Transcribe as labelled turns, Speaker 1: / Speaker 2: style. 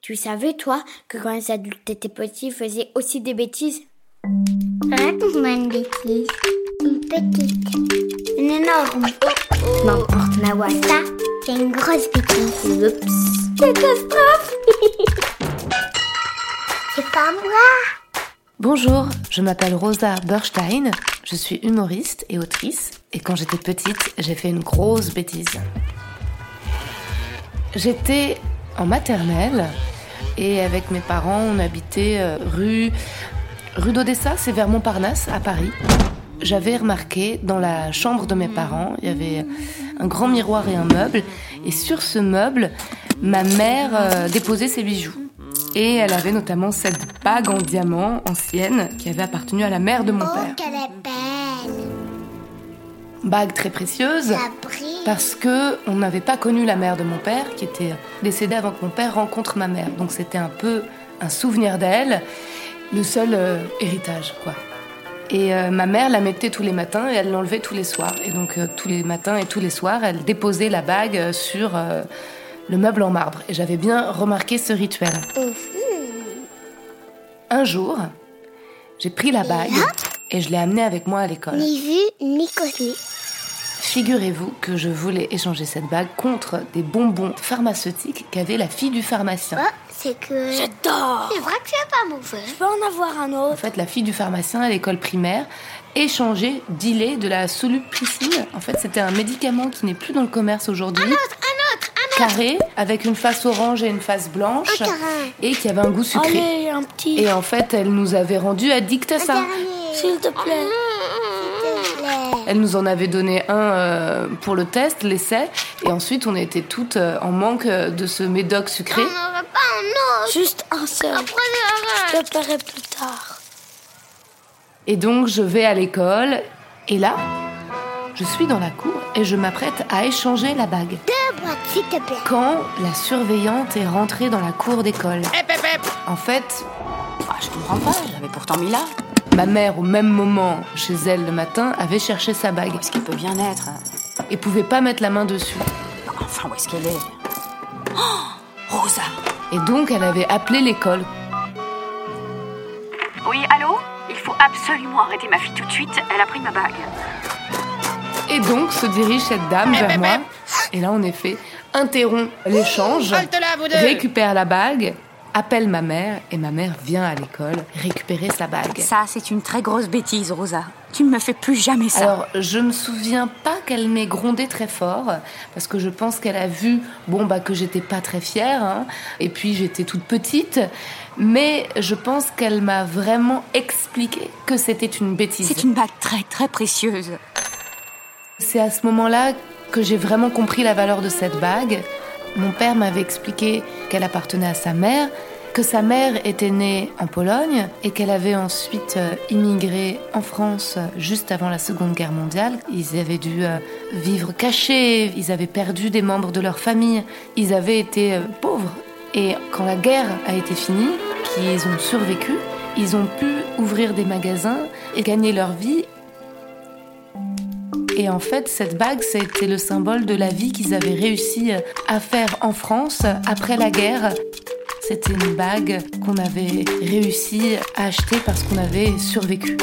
Speaker 1: Tu savais, toi, que quand les adultes étaient petits, ils faisaient aussi des bêtises
Speaker 2: Raconte-moi une bêtise.
Speaker 1: Une petite.
Speaker 2: Une énorme.
Speaker 1: N'importe, Mawa.
Speaker 2: Ça, c'est une grosse bêtise.
Speaker 1: Oups.
Speaker 2: Catastrophe C'est pas moi
Speaker 3: Bonjour, je m'appelle Rosa Berstein, je suis humoriste et autrice, et quand j'étais petite, j'ai fait une grosse bêtise. J'étais en maternelle, et avec mes parents, on habitait euh, rue... Rue d'Odessa, c'est vers Montparnasse, à Paris. J'avais remarqué, dans la chambre de mes parents, il y avait un grand miroir et un meuble, et sur ce meuble, ma mère euh, déposait ses bijoux. Et elle avait notamment cette bague en diamant ancienne qui avait appartenu à la mère de mon
Speaker 2: Oh,
Speaker 3: père.
Speaker 2: qu'elle est belle
Speaker 3: Bague très précieuse
Speaker 2: Ça brille
Speaker 3: parce que on n'avait pas connu la mère de mon père qui était décédée avant que mon père rencontre ma mère. Donc c'était un peu un souvenir d'elle, le seul euh, héritage quoi. Et euh, ma mère la mettait tous les matins et elle l'enlevait tous les soirs. Et donc euh, tous les matins et tous les soirs, elle déposait la bague euh, sur euh, le meuble en marbre. Et j'avais bien remarqué ce rituel. Un jour, j'ai pris la bague et je l'ai amenée avec moi à l'école.
Speaker 2: Ni vu, ni connu.
Speaker 3: Figurez-vous que je voulais échanger cette bague contre des bonbons pharmaceutiques qu'avait la fille du pharmacien.
Speaker 2: Oh, c'est que...
Speaker 1: J'adore
Speaker 2: C'est vrai que c'est pas mauvais.
Speaker 1: Je peux en avoir un
Speaker 3: En
Speaker 1: autre.
Speaker 3: fait, la fille du pharmacien à l'école primaire échangeait, dealait de la solupricine. En fait, c'était un médicament qui n'est plus dans le commerce aujourd'hui.
Speaker 2: Un autre, un
Speaker 3: Carré, avec une face orange et une face blanche.
Speaker 2: Un carré. Oh,
Speaker 3: Et qui avait un goût sucré.
Speaker 1: Allez, un petit.
Speaker 3: Et en fait, elle nous avait rendu addicts à ça.
Speaker 2: dernier.
Speaker 1: S'il te plaît.
Speaker 2: S'il te plaît.
Speaker 3: Elle nous en avait donné un euh, pour le test, l'essai, et ensuite on était toutes euh, en manque euh, de ce médoc sucré.
Speaker 2: On n'aurait pas un autre.
Speaker 1: Juste un seul.
Speaker 2: Prenez
Speaker 1: Je le paierai plus tard.
Speaker 3: Et donc je vais à l'école, et là, je suis dans la cour et je m'apprête à échanger la bague.
Speaker 2: un. Deux boîtes, s'il te plaît.
Speaker 3: Quand la surveillante est rentrée dans la cour d'école. En fait,
Speaker 4: Ah, je comprends pas, j'avais pourtant mis là.
Speaker 3: ma mère, au même moment, chez elle le matin, avait cherché sa bague
Speaker 4: Où est-ce qu'il peut bien être euh,
Speaker 3: et pouvait pas mettre la main dessus.
Speaker 4: Enfin, où est-ce qu'elle est Oh, Rosa
Speaker 3: Et donc elle avait appelé l'école.
Speaker 5: Oui, allô Il faut absolument arrêter ma fille tout de suite, elle a pris ma bague.
Speaker 3: Et donc se dirige cette dame vers moi. Et là, en effet, interrompt l'échange, récupère la bague, appelle ma mère, et ma mère vient à l'école récupérer sa bague.
Speaker 4: Ça, c'est une très grosse bêtise, Rosa. Tu ne me fais plus jamais ça.
Speaker 3: Alors, je me souviens pas qu'elle m'ait grondé très fort, parce que je pense qu'elle a vu, bon, bah, que j'étais pas très fière, hein, et puis j'étais toute petite, mais je pense qu'elle m'a vraiment expliqué que c'était une bêtise.
Speaker 4: c'est une bague très, très précieuse.
Speaker 3: C'est à ce moment-là que j'ai vraiment compris la valeur de cette bague. Mon père m'avait expliqué qu'elle appartenait à sa mère, que sa mère était née en Pologne et qu'elle avait ensuite euh, immigré en France euh, juste avant la Seconde Guerre mondiale. Ils avaient dû euh, vivre cachés, ils avaient perdu des membres de leur famille, ils avaient été euh, pauvres. Et quand la guerre a été finie, qu'ils ont survécu, ils ont pu ouvrir des magasins et gagner leur vie et en fait, cette bague, c'était le symbole de la vie qu'ils avaient réussi euh, à faire en France après la guerre. C'était une bague qu'on avait réussi à acheter parce qu'on avait survécu.